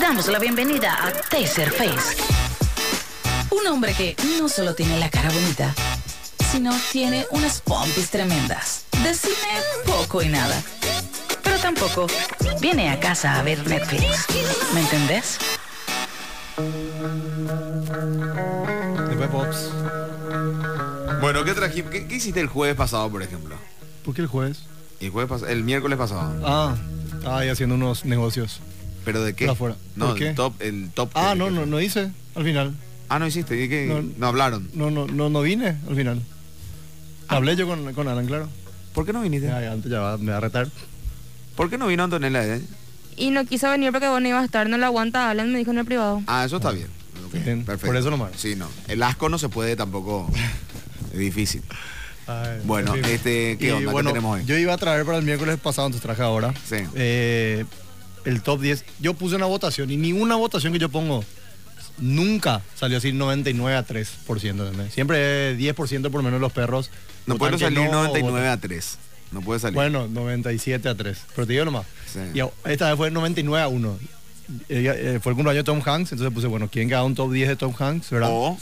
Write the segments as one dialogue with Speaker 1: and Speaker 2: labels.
Speaker 1: damos la bienvenida a Taserface. Un hombre que no solo tiene la cara bonita, sino tiene unas pompis tremendas. De cine poco y nada. Pero tampoco viene a casa a ver Netflix. ¿Me entendés?
Speaker 2: Después Pops.
Speaker 3: Bueno, ¿qué, traji- qué, qué hiciste el jueves pasado, por ejemplo?
Speaker 2: ¿Por qué el jueves?
Speaker 3: El, jueves pas- el miércoles pasado.
Speaker 2: Ah, ahí haciendo unos negocios.
Speaker 3: ¿Pero de qué?
Speaker 2: Por afuera.
Speaker 3: No,
Speaker 2: ¿Por qué?
Speaker 3: el top. El top
Speaker 2: Ah,
Speaker 3: el
Speaker 2: no,
Speaker 3: que-
Speaker 2: no, no hice al final.
Speaker 3: Ah, no hiciste. ¿Y qué?
Speaker 2: No.
Speaker 3: No, hablaron.
Speaker 2: No, no, no, no vine al final. Hablé yo con, con Alan, claro.
Speaker 3: ¿Por qué no viniste?
Speaker 2: Ah. Ya, ya, antes ya va- me va a retar.
Speaker 3: ¿Por qué no vino Antonella? eh?
Speaker 4: Y no quiso venir porque vos no ibas a estar, no la aguanta Alan, me dijo en el privado.
Speaker 3: Ah, eso está bien. Ok,
Speaker 2: Bien, por eso nomás.
Speaker 3: Sí, no. El asco no se puede tampoco. Es difícil.
Speaker 2: Ay,
Speaker 3: Bueno, este, ¿qué
Speaker 2: Y
Speaker 3: onda? ¿Qué
Speaker 2: bueno,
Speaker 3: tenemos hoy?
Speaker 2: Yo iba a traer para el miércoles pasado, entonces traje ahora.
Speaker 3: Sí.
Speaker 2: Eh, el top 10. Yo puse una votación y ninguna votación que yo pongo nunca salió así 99 a 3%. ¿entendés? Siempre 10% por lo menos los perros.
Speaker 3: No
Speaker 2: votan
Speaker 3: puede
Speaker 2: que
Speaker 3: salir
Speaker 2: no, o
Speaker 3: 99 a 3. No puede salir.
Speaker 2: Bueno, 97 a 3. Pero te digo nomás.
Speaker 3: Sí.
Speaker 2: Y a- esta vez fue 99 a 1. Eh, eh, fue el cumpleaños de Tom Hanks, entonces puse, bueno, ¿quién que haga un top 10 de Tom Hanks? ¿verdad?
Speaker 3: o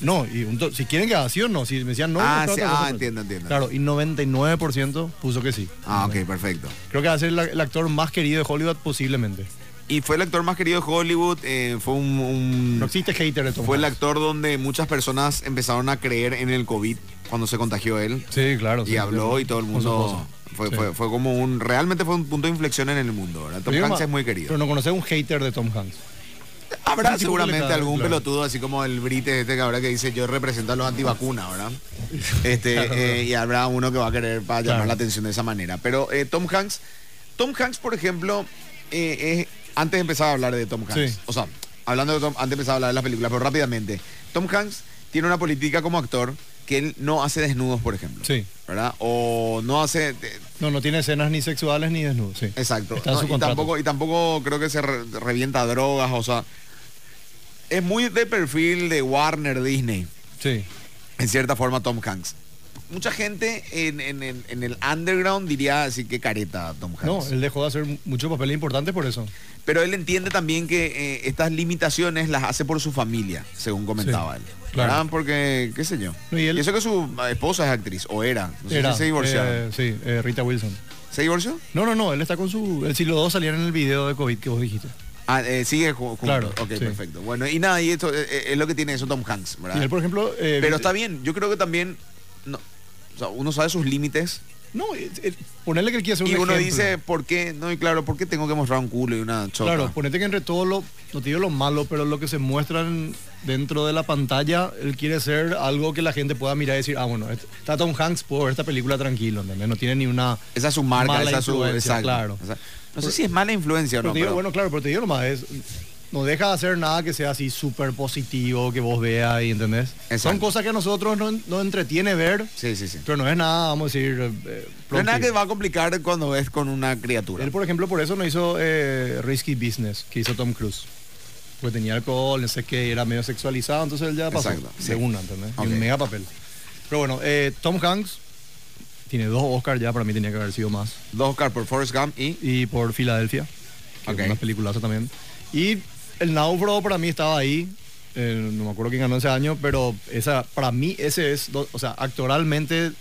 Speaker 2: No, y un to- si quieren que haga sí o no, si me decían no,
Speaker 3: Ah,
Speaker 2: no,
Speaker 3: sí,
Speaker 2: otra
Speaker 3: ah,
Speaker 2: cosa, pero-
Speaker 3: entiendo, entiendo.
Speaker 2: Claro, y 99% puso que sí.
Speaker 3: Ah, ok, perfecto.
Speaker 2: Creo que va a ser el, el actor más querido de Hollywood posiblemente.
Speaker 3: Y fue el actor más querido de Hollywood. eh, fue un. un-
Speaker 2: No existe hater de Tom
Speaker 3: fue el
Speaker 2: Hanks.
Speaker 3: actor donde muchas personas empezaron a creer en el COVID cuando se contagió él.
Speaker 2: Sí, claro.
Speaker 3: y habló y todo el mundo. Fue, fue- fue como un. Realmente fue un punto de inflexión en el mundo, ¿verdad? Tom Hanks es muy querido.
Speaker 2: Pero no conoces un hater de Tom Hanks.
Speaker 3: Habrá
Speaker 2: un tipo que
Speaker 3: seguramente
Speaker 2: le-
Speaker 3: algún
Speaker 2: claro.
Speaker 3: pelotudo, así como el brite este que habrá que dice yo represento a los antivacunas, ¿verdad? Este, eh, y habrá uno que va a querer para llamar
Speaker 2: Claro.
Speaker 3: la atención de esa manera. Pero eh, Tom Hanks, Tom Hanks, por ejemplo, eh, es- antes empezaba a hablar de Tom Hanks.
Speaker 2: Sí.
Speaker 3: O sea, hablando de Tom, antes empezaba a hablar de las películas, pero rápidamente. Tom Hanks tiene una política como actor que él no hace desnudos, por ejemplo.
Speaker 2: Sí.
Speaker 3: ¿Verdad? O no hace. eh,
Speaker 2: No, no tiene escenas ni sexuales ni desnudos, sí.
Speaker 3: Exacto.
Speaker 2: Está en
Speaker 3: No,
Speaker 2: su
Speaker 3: y,
Speaker 2: contrato.
Speaker 3: tampoco, y tampoco creo que se re- revienta drogas, o sea. Es muy de perfil de Warner Disney,
Speaker 2: Sí.
Speaker 3: en cierta forma, Tom Hanks. Mucha gente en, en- en- en el underground diría así que careta Tom Hanks.
Speaker 2: No, él dejó de hacer mu- muchos papeles importantes por eso.
Speaker 3: Pero él entiende también que eh, estas limitaciones las hace por su familia, según comentaba
Speaker 2: Sí,
Speaker 3: él.
Speaker 2: claro.
Speaker 3: ¿Verdad? Porque, qué sé yo.
Speaker 2: No, y él-
Speaker 3: Y eso que su esposa es actriz, o era. No sé
Speaker 2: Era,
Speaker 3: si se divorciaron.
Speaker 2: eh, sí, eh, Rita Wilson.
Speaker 3: ¿Se divorció?
Speaker 2: No, no, no, él está con su... El, si los dos salían en el video de COVID que vos dijiste.
Speaker 3: Ah, eh, sigue ju- juntos.
Speaker 2: Claro,
Speaker 3: Ok,
Speaker 2: sí.
Speaker 3: perfecto. Bueno, y nada, y esto eh, eh, es lo que tiene eso Tom Hanks, ¿verdad?
Speaker 2: Y él, por ejemplo... eh,
Speaker 3: Ah. Pero está bien, yo creo que también no, o sea, uno sabe sus límites
Speaker 2: No, eh, eh, ponerle que él quiere hacer un
Speaker 3: y uno
Speaker 2: ejemplo.
Speaker 3: dice, ¿por qué? No, y claro, ¿por qué tengo que mostrar un culo y una chota?
Speaker 2: Claro, ponete que entre todo lo, no te digo lo malo, pero lo que se muestran dentro de la pantalla, él quiere ser algo que la gente pueda mirar y decir, ah, bueno, est- está Tom Hanks, puedo ver esta película tranquilo, ¿entendés? No tiene ni una...
Speaker 3: esa es su marca,
Speaker 2: mala
Speaker 3: esa es su...
Speaker 2: influencia,
Speaker 3: Exacto,
Speaker 2: claro.
Speaker 3: Esa- no sé si es mala influencia o
Speaker 2: Pero
Speaker 3: no,
Speaker 2: Pues te digo,
Speaker 3: pero-
Speaker 2: bueno, claro, pero te digo nomás, es, no deja de hacer nada que sea así súper positivo, que vos veas y, ¿entendés? Son
Speaker 3: Exacto.
Speaker 2: cosas que a nosotros nos nos entretiene ver,
Speaker 3: Sí, sí, sí.
Speaker 2: pero no es nada, vamos a decir... eh,
Speaker 3: No es nada que
Speaker 2: productivo.
Speaker 3: va a complicar cuando ves con una criatura.
Speaker 2: Él, por ejemplo, por eso no hizo eh, Risky Business, que hizo Tom Cruise. Porque tenía alcohol, no sé qué, era medio sexualizado, entonces él ya pasó.
Speaker 3: Exacto, sí.
Speaker 2: De una, ¿entendés? Y
Speaker 3: Ok.
Speaker 2: un mega papel. Pero bueno, eh, Tom Hanks tiene dos Oscars ya, para mí tenía que haber sido más.
Speaker 3: Dos Oscar por Forrest Gump y...
Speaker 2: Y por Filadelfia, que
Speaker 3: Ok.
Speaker 2: es una peliculaza también. Y El Náufrago para mí estaba ahí. eh, no me acuerdo quién ganó ese año, pero esa, para mí ese es, do- o sea, actoralmente,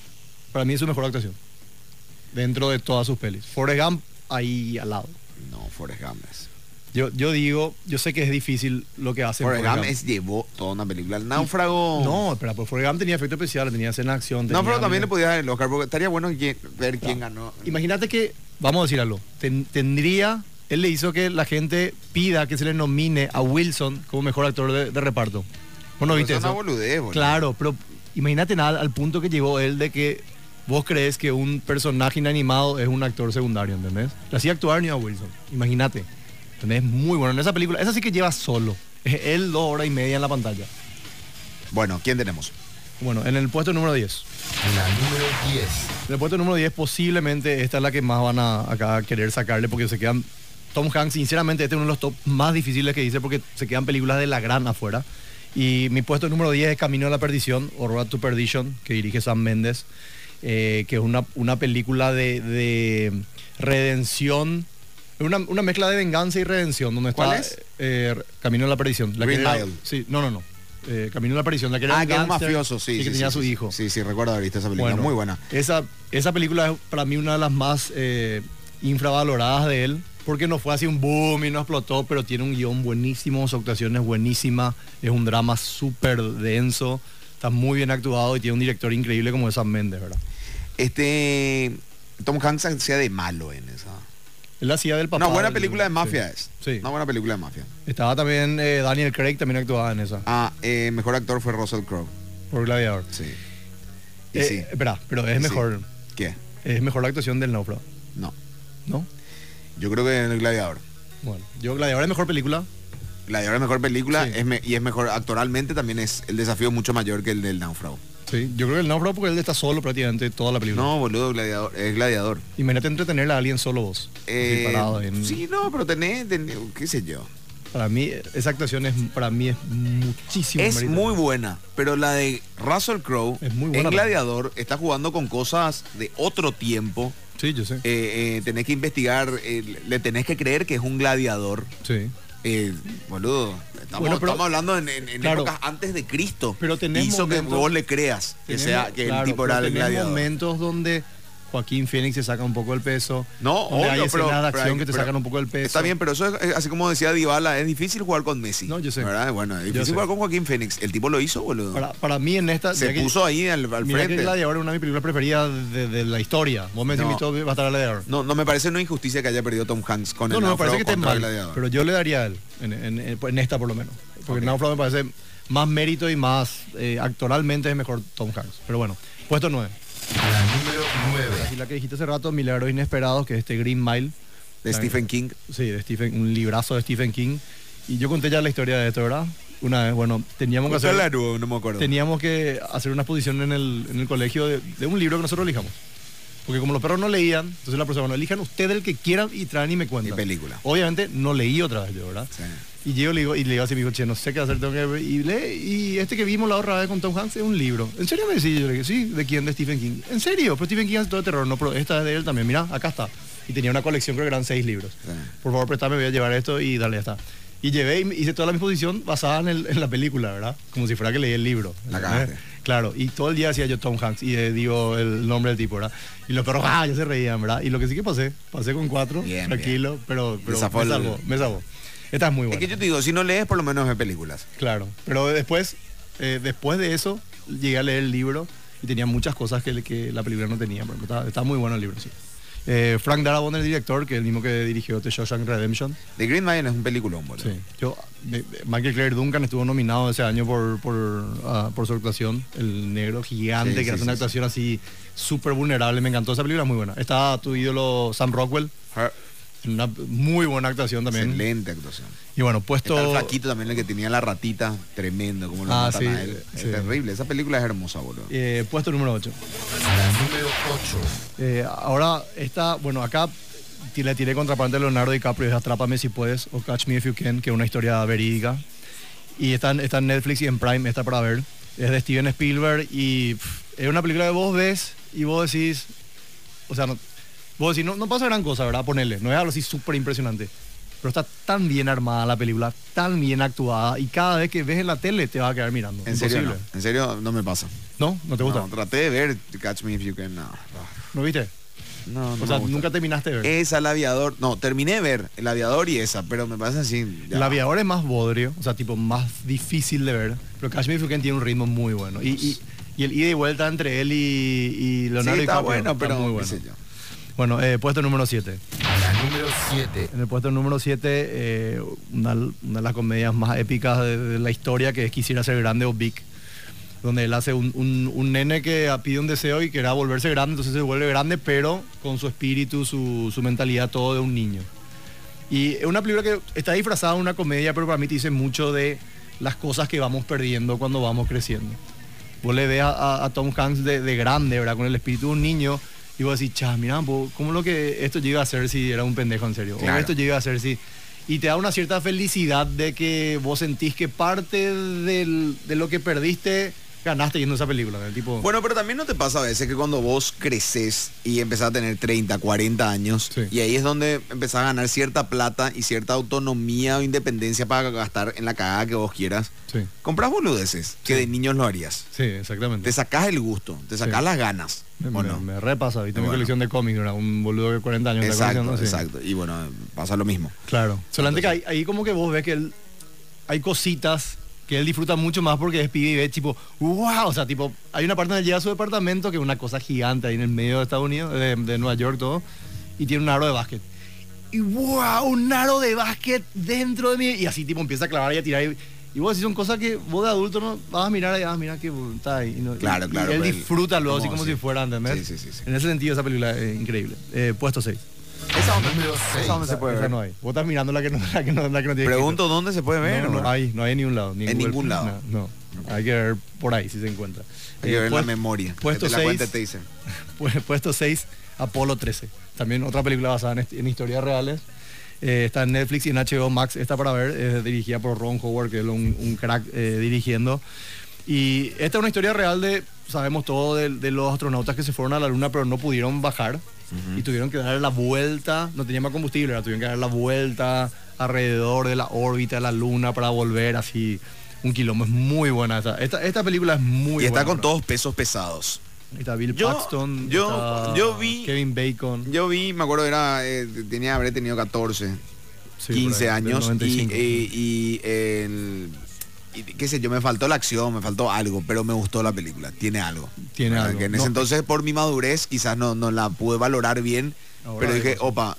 Speaker 2: para mí es su mejor actuación. Dentro de todas sus pelis. Forrest Gump ahí al lado.
Speaker 3: No, Forrest Gump es...
Speaker 2: Yo, yo digo, yo sé que es difícil lo que hace
Speaker 3: Forrest Gump es- llevó toda una película. El náufrago...
Speaker 2: No, espera, pues Forrest Gump tenía efecto especial, tenía escena de acción.
Speaker 3: No,
Speaker 2: tenía-
Speaker 3: pero también le podía dar el Oscar, porque estaría bueno que- ver quién ganó.
Speaker 2: Imagínate que, vamos a decir algo, ten- tendría, él le hizo que la gente pida que se le nomine a Wilson como mejor actor de, de reparto. ¿Vos no
Speaker 3: Pero
Speaker 2: viste
Speaker 3: es una
Speaker 2: eso?
Speaker 3: boludez, boludo.
Speaker 2: Claro, pero imagínate nada al punto que llegó él de que vos crees que un personaje inanimado es un actor secundario, ¿entendés? Le hacía actuar ni a Wilson, imagínate. ¿Entendés? Muy bueno en esa película. Esa sí que lleva solo. Es él dos horas y media en la pantalla.
Speaker 3: Bueno, ¿quién tenemos?
Speaker 2: Bueno, en el puesto número 10.
Speaker 5: La número 10.
Speaker 2: En el puesto número 10 posiblemente esta es la que más van a, acá a querer sacarle porque se quedan... Tom Hanks, sinceramente, este es uno de los top más difíciles que hice porque se quedan películas de la gran afuera. Y mi puesto número 10 es Camino a la Perdición o Road to Perdition, que dirige Sam Méndez, eh, que es una, una película de, de redención Es una, una mezcla de venganza y redención. Donde
Speaker 3: ¿Cuál
Speaker 2: está,
Speaker 3: es?
Speaker 2: eh, Camino a la perdición. La que
Speaker 3: Green
Speaker 2: era-
Speaker 3: Mile.
Speaker 2: Sí, no, no, no. Eh, Camino a la perdición. La que era
Speaker 3: ah,
Speaker 2: un
Speaker 3: que era un
Speaker 2: gángster
Speaker 3: mafioso,
Speaker 2: y
Speaker 3: sí. sí,
Speaker 2: que
Speaker 3: sí,
Speaker 2: tenía a
Speaker 3: sí,
Speaker 2: su
Speaker 3: sí.
Speaker 2: hijo.
Speaker 3: Sí, sí, recuerdo haber visto esa película.
Speaker 2: Bueno,
Speaker 3: Muy buena.
Speaker 2: Esa, esa película es para mí una de las más eh, infravaloradas de él, porque no fue así un boom y no explotó, pero tiene un guión buenísimo, su actuación es buenísima, es un drama súper denso, está muy bien actuado y tiene un director increíble como es Sam Mendes, ¿verdad?
Speaker 3: Este. Tom Hanks hacía de malo en esa.
Speaker 2: Él hacía del papá.
Speaker 3: Una buena
Speaker 2: del-
Speaker 3: película de
Speaker 2: sí.
Speaker 3: mafia es.
Speaker 2: Sí.
Speaker 3: Una buena película de mafia.
Speaker 2: Estaba también eh, Daniel Craig, también actuaba en esa,
Speaker 3: Ah, eh, mejor actor fue Russell Crowe.
Speaker 2: por Gladiador.
Speaker 3: Sí. Y
Speaker 2: Eh,
Speaker 3: sí.
Speaker 2: Espera, pero
Speaker 3: y
Speaker 2: es
Speaker 3: sí.
Speaker 2: mejor,
Speaker 3: ¿Qué?
Speaker 2: es mejor la actuación del náufrago,
Speaker 3: No.
Speaker 2: ¿no?
Speaker 3: Yo creo que en el Gladiador.
Speaker 2: Bueno, yo Gladiador es mejor película,
Speaker 3: Gladiador es mejor película
Speaker 2: Sí.
Speaker 3: es me- y es mejor actoralmente también es el desafío mucho mayor que el del náufrago.
Speaker 2: sí, yo creo que el náufrago porque él está solo prácticamente toda la película.
Speaker 3: No, boludo, gladiador, es gladiador.
Speaker 2: Imagínate entretener a alguien solo vos.
Speaker 3: Eh,
Speaker 2: así parado en-
Speaker 3: Sí, no, pero tenés, tenés- qué sé yo.
Speaker 2: Para mí, esa actuación es, para mí es muchísimo
Speaker 3: es
Speaker 2: mérito.
Speaker 3: muy buena, pero la de Russell Crowe
Speaker 2: Es muy buena.
Speaker 3: en Gladiador está jugando con cosas de otro tiempo.
Speaker 2: Sí, yo sé.
Speaker 3: Eh, eh, tenés que investigar, eh, le tenés que creer que es un gladiador.
Speaker 2: sí.
Speaker 3: Eh, boludo, estamos,
Speaker 2: Bueno, pero-
Speaker 3: estamos hablando en, en- en
Speaker 2: Claro.
Speaker 3: épocas antes de Cristo.
Speaker 2: Pero tenés
Speaker 3: hizo que
Speaker 2: momentos-
Speaker 3: vos le creas que
Speaker 2: Tenés-
Speaker 3: sea que
Speaker 2: claro,
Speaker 3: el tipo
Speaker 2: pero
Speaker 3: era el
Speaker 2: tenés
Speaker 3: gladiador.
Speaker 2: momentos donde Joaquín Phoenix se saca un poco el peso.
Speaker 3: No,
Speaker 2: donde hay
Speaker 3: obvio,
Speaker 2: escenas
Speaker 3: pero,
Speaker 2: de
Speaker 3: pero
Speaker 2: acción
Speaker 3: hay-
Speaker 2: que te
Speaker 3: pero-
Speaker 2: sacan un poco el peso.
Speaker 3: Está bien, pero eso es, es así como decía Dybala, es difícil jugar con Messi.
Speaker 2: No, yo sé.
Speaker 3: ¿verdad? Bueno, es
Speaker 2: Yo
Speaker 3: difícil
Speaker 2: sé.
Speaker 3: jugar con Joaquín Fénix. El tipo lo hizo, boludo.
Speaker 2: Para, para mí en esta...
Speaker 3: Se
Speaker 2: mira que-
Speaker 3: puso ahí al, al
Speaker 2: mira que
Speaker 3: frente.
Speaker 2: Gladiador es una de mis películas preferidas de, de la historia. Vos me decís,
Speaker 3: No.
Speaker 2: mi top va a estar Gladiador.
Speaker 3: No, no me parece una injusticia que haya perdido Tom Hanks con
Speaker 2: No,
Speaker 3: el
Speaker 2: no, me
Speaker 3: náufrago
Speaker 2: parece que esté
Speaker 3: contra
Speaker 2: mal.
Speaker 3: el gladiador.
Speaker 2: Pero yo le daría a él, en, en- en- en esta por lo menos. Porque
Speaker 3: Ok.
Speaker 2: el náufrago me parece más mérito y más eh, actoralmente es mejor Tom Hanks. Pero bueno, puesto 9.
Speaker 5: La número 9.
Speaker 2: Y la que dijiste hace rato, Milagros Inesperados, que es este Green Mile.
Speaker 3: de
Speaker 2: La-
Speaker 3: Stephen King.
Speaker 2: Sí, de Stephen, un librazo de Stephen King. Y yo conté ya la historia de esto, ¿verdad? Una vez, bueno, teníamos que hacer...
Speaker 3: Ojalá, no, no me acuerdo.
Speaker 2: teníamos que hacer una exposición en el, en el colegio de, de un libro que nosotros elijamos. Porque como los perros no leían, entonces la persona, bueno, elijan ustedes el que quieran y traen y me cuentan.
Speaker 3: Y película.
Speaker 2: Obviamente no leí otra vez yo, ¿verdad?
Speaker 3: Sí.
Speaker 2: Y yo le digo, y le digo así, me dijo, che, no sé qué hacer, tengo que ver. Y, le, y este que vimos la otra vez con Tom Hanks es un libro. ¿En serio me decís? Yo le dije, sí, ¿de quién? De Stephen King. ¿En serio? Pero Stephen King hace todo de terror, no, pero esta es de él también. Mira, acá está. Y tenía una colección, creo que eran seis libros.
Speaker 3: Sí.
Speaker 2: Por favor, préstame, voy a llevar esto y dale, ya está. Y llevé y hice toda la exposición basada en, el- en la película, ¿verdad? Como si fuera que leí el libro.
Speaker 3: La
Speaker 2: ¿entendés?
Speaker 3: cagaste.
Speaker 2: Claro, y todo el día decía yo Tom Hanks y eh, digo el nombre del tipo, ¿verdad? Y los perros, ah, ya se reían, ¿verdad? Y lo que sí que pasé, pasé con cuatro,
Speaker 3: Bien,
Speaker 2: tranquilo, pero, pero
Speaker 3: Te zafó
Speaker 2: me
Speaker 3: el-
Speaker 2: salvó, me salvó. Esta es muy
Speaker 3: Es
Speaker 2: buena.
Speaker 3: que yo te digo, si no lees, por lo menos ve películas.
Speaker 2: Claro, pero después, eh, después de eso, llegué a leer el libro y tenía muchas cosas que, que la película no tenía. Pero está, está muy bueno el libro, sí. Eh, Frank Darabont, el director, que es el mismo que dirigió The Shawshank Redemption.
Speaker 3: The Green Mile es un peliculón, boludo.
Speaker 2: Sí. Yo, de- de- Michael Claire Duncan estuvo nominado ese año por, por, ah, por su actuación. El negro gigante
Speaker 3: Sí,
Speaker 2: que
Speaker 3: sí,
Speaker 2: hace
Speaker 3: sí,
Speaker 2: una
Speaker 3: sí.
Speaker 2: actuación así súper vulnerable. Me encantó esa película, muy buena. Está tu ídolo Sam Rockwell,
Speaker 3: Her-
Speaker 2: en una muy buena actuación también.
Speaker 3: Excelente actuación.
Speaker 2: Y bueno,
Speaker 3: Está el
Speaker 2: puesto...
Speaker 3: flaquito también, el que tenía la ratita, tremendo, como lo
Speaker 2: Ah,
Speaker 3: matan
Speaker 2: sí,
Speaker 3: a él. Es
Speaker 2: sí.
Speaker 3: terrible, esa película es hermosa, boludo.
Speaker 2: eh, puesto número 8.
Speaker 5: La número 8.
Speaker 2: Eh, ahora, esta, bueno, acá ti- le tiré contraparte a Leonardo DiCaprio, es Atrápame si puedes o Catch Me If You Can, que es una historia verídica. Y está, en- está en Netflix y en Prime, está para ver. Es de Steven Spielberg y pff, es una película que vos ves y vos decís, o sea, no, vos decís, no, no pasa gran cosa, ¿verdad? Ponele, no es algo así súper impresionante. Pero está tan bien armada la película, tan bien actuada y cada vez que ves en la tele te vas a quedar mirando.
Speaker 3: en serio, no.
Speaker 2: Imposible.
Speaker 3: en serio, no me pasa.
Speaker 2: ¿No? ¿No te gusta?
Speaker 3: No, traté de ver Catch Me If You Can. No,
Speaker 2: ¿No viste?
Speaker 3: no, no
Speaker 2: O sea,
Speaker 3: me gusta.
Speaker 2: nunca terminaste de ver.
Speaker 3: Esa, el aviador. No, terminé de ver el aviador y esa, pero me parece así. ya.
Speaker 2: El aviador es más bodrio, o sea, tipo más difícil de ver. Pero Cash Me If You Can tiene un ritmo muy bueno. Y, y, y el ida y vuelta entre él y, y
Speaker 3: Sí,
Speaker 2: Leonardo
Speaker 3: está
Speaker 2: DiCaprio
Speaker 3: bueno, pero
Speaker 2: muy
Speaker 3: qué
Speaker 2: bueno.
Speaker 3: sé yo.
Speaker 2: Bueno, eh, puesto número 7.
Speaker 5: La número 7.
Speaker 2: En el puesto número 7, una, una de las comedias más épicas de, de la historia, que es Quisiera ser grande o Big, donde él hace un, un- un nene que pide un deseo y que era volverse grande, entonces se vuelve grande, pero con su espíritu, su, su mentalidad, todo de un niño. Y es una película que está disfrazada de una comedia, pero para mí te dice mucho de las cosas que vamos perdiendo cuando vamos creciendo. Vos le ves a, a- a Tom Hanks de, de grande, ¿verdad? Con el espíritu de un niño. Y vos decís, chas, mira, po, ¿cómo lo que esto llega a ser si era un pendejo en serio?
Speaker 3: Claro.
Speaker 2: O esto llega a ser si... Y te da una cierta felicidad de que vos sentís que parte del- de lo que perdiste ganaste yendo a esa película. ¿no? El tipo,
Speaker 3: Bueno, pero también no te pasa a veces que cuando vos creces y empezás a tener 30, 40 años,
Speaker 2: Sí.
Speaker 3: y ahí es donde empezás a ganar cierta plata y cierta autonomía o independencia para gastar en la cagada que vos quieras,
Speaker 2: Sí,
Speaker 3: comprás boludeces, que de niños lo harías.
Speaker 2: sí, exactamente.
Speaker 3: Te sacás el gusto, te sacás
Speaker 2: Sí.
Speaker 3: las ganas.
Speaker 2: Me,
Speaker 3: ¿o
Speaker 2: me-
Speaker 3: no?
Speaker 2: me repasa, viste mi
Speaker 3: Bueno.
Speaker 2: colección de cómics, era un boludo de 40 años. está
Speaker 3: Exacto,
Speaker 2: coleccionando, sí.
Speaker 3: exacto. Y bueno, pasa lo mismo.
Speaker 2: Claro. Solamente que ahí, ahí como que vos ves que él, hay cositas que él disfruta mucho más porque despide y ve tipo, wow, o sea, tipo, hay una parte donde llega a su departamento que es una cosa gigante ahí en el medio de Estados Unidos, de, de Nueva York, todo, y tiene un aro de básquet. Y wow, un aro de básquet dentro de mí. Y así tipo empieza a clavar y a tirar. Y, y vos decís, son cosas que vos de adulto no vas a mirar y vas a mirar que uh, está ahí. y no- y-
Speaker 3: Claro,
Speaker 2: y
Speaker 3: claro,
Speaker 2: él
Speaker 3: pero él-
Speaker 2: disfruta luego, así
Speaker 3: ¿cómo
Speaker 2: como
Speaker 3: así?
Speaker 2: si fuera, ¿entendés?
Speaker 3: Sí, sí, sí, sí.
Speaker 2: En ese sentido, esa película es increíble. Eh, puesto 6.
Speaker 3: Esa onda-
Speaker 5: Número
Speaker 3: esa onda
Speaker 5: 6.
Speaker 3: se puede
Speaker 2: Esa
Speaker 3: ver.
Speaker 2: no hay. Vos estás mirando la que no, la que no, la que no tiene
Speaker 3: Pregunto dónde se puede ver.
Speaker 2: no,
Speaker 3: ¿o
Speaker 2: no,
Speaker 3: no?
Speaker 2: hay, no hay en ningún lado. ni
Speaker 3: En
Speaker 2: Google,
Speaker 3: ningún lado.
Speaker 2: No, no. Hay que ver por ahí si se encuentra.
Speaker 3: Hay que
Speaker 2: Eh,
Speaker 3: ver en la
Speaker 2: puest-
Speaker 3: memoria.
Speaker 2: Puesto
Speaker 3: Que te la cuenta te
Speaker 2: 6,
Speaker 3: dicen.
Speaker 2: puesto 6, Apolo 13. También otra película basada en, est- en historias reales. Eh, está en Netflix y en HBO Max. Está para ver. Es dirigida por Ron Howard, que es un, un crack eh, dirigiendo. Y esta es una historia real de, sabemos todo, de, de los astronautas que se fueron a la Luna pero no pudieron bajar y tuvieron que dar la vuelta, no tenían más combustible, ahora tuvieron que dar la vuelta alrededor de la órbita de la Luna para volver así un quilombo. Es muy buena esta. Esta, esta película es muy buena.
Speaker 3: y está con
Speaker 2: bro.
Speaker 3: todos pesos pesados.
Speaker 2: Está Bill
Speaker 3: Yo-
Speaker 2: Paxton,
Speaker 3: yo-
Speaker 2: está
Speaker 3: yo vi-
Speaker 2: Kevin Bacon,
Speaker 3: Yo vi, me acuerdo, era, eh, tenía, habré tenido 14,
Speaker 2: sí,
Speaker 3: 15
Speaker 2: por ahí, del
Speaker 3: años. y- eh,
Speaker 2: 95,
Speaker 3: y,
Speaker 2: sí.
Speaker 3: y el- y qué sé yo, me faltó la acción, me faltó algo, pero me gustó la película. Tiene algo.
Speaker 2: Tiene
Speaker 3: ¿Verdad?
Speaker 2: algo,
Speaker 3: Que en ese
Speaker 2: no.
Speaker 3: entonces, por mi madurez, quizás no, no la pude valorar bien,
Speaker 2: Ahora
Speaker 3: pero dije,
Speaker 2: digo, sí.
Speaker 3: opa,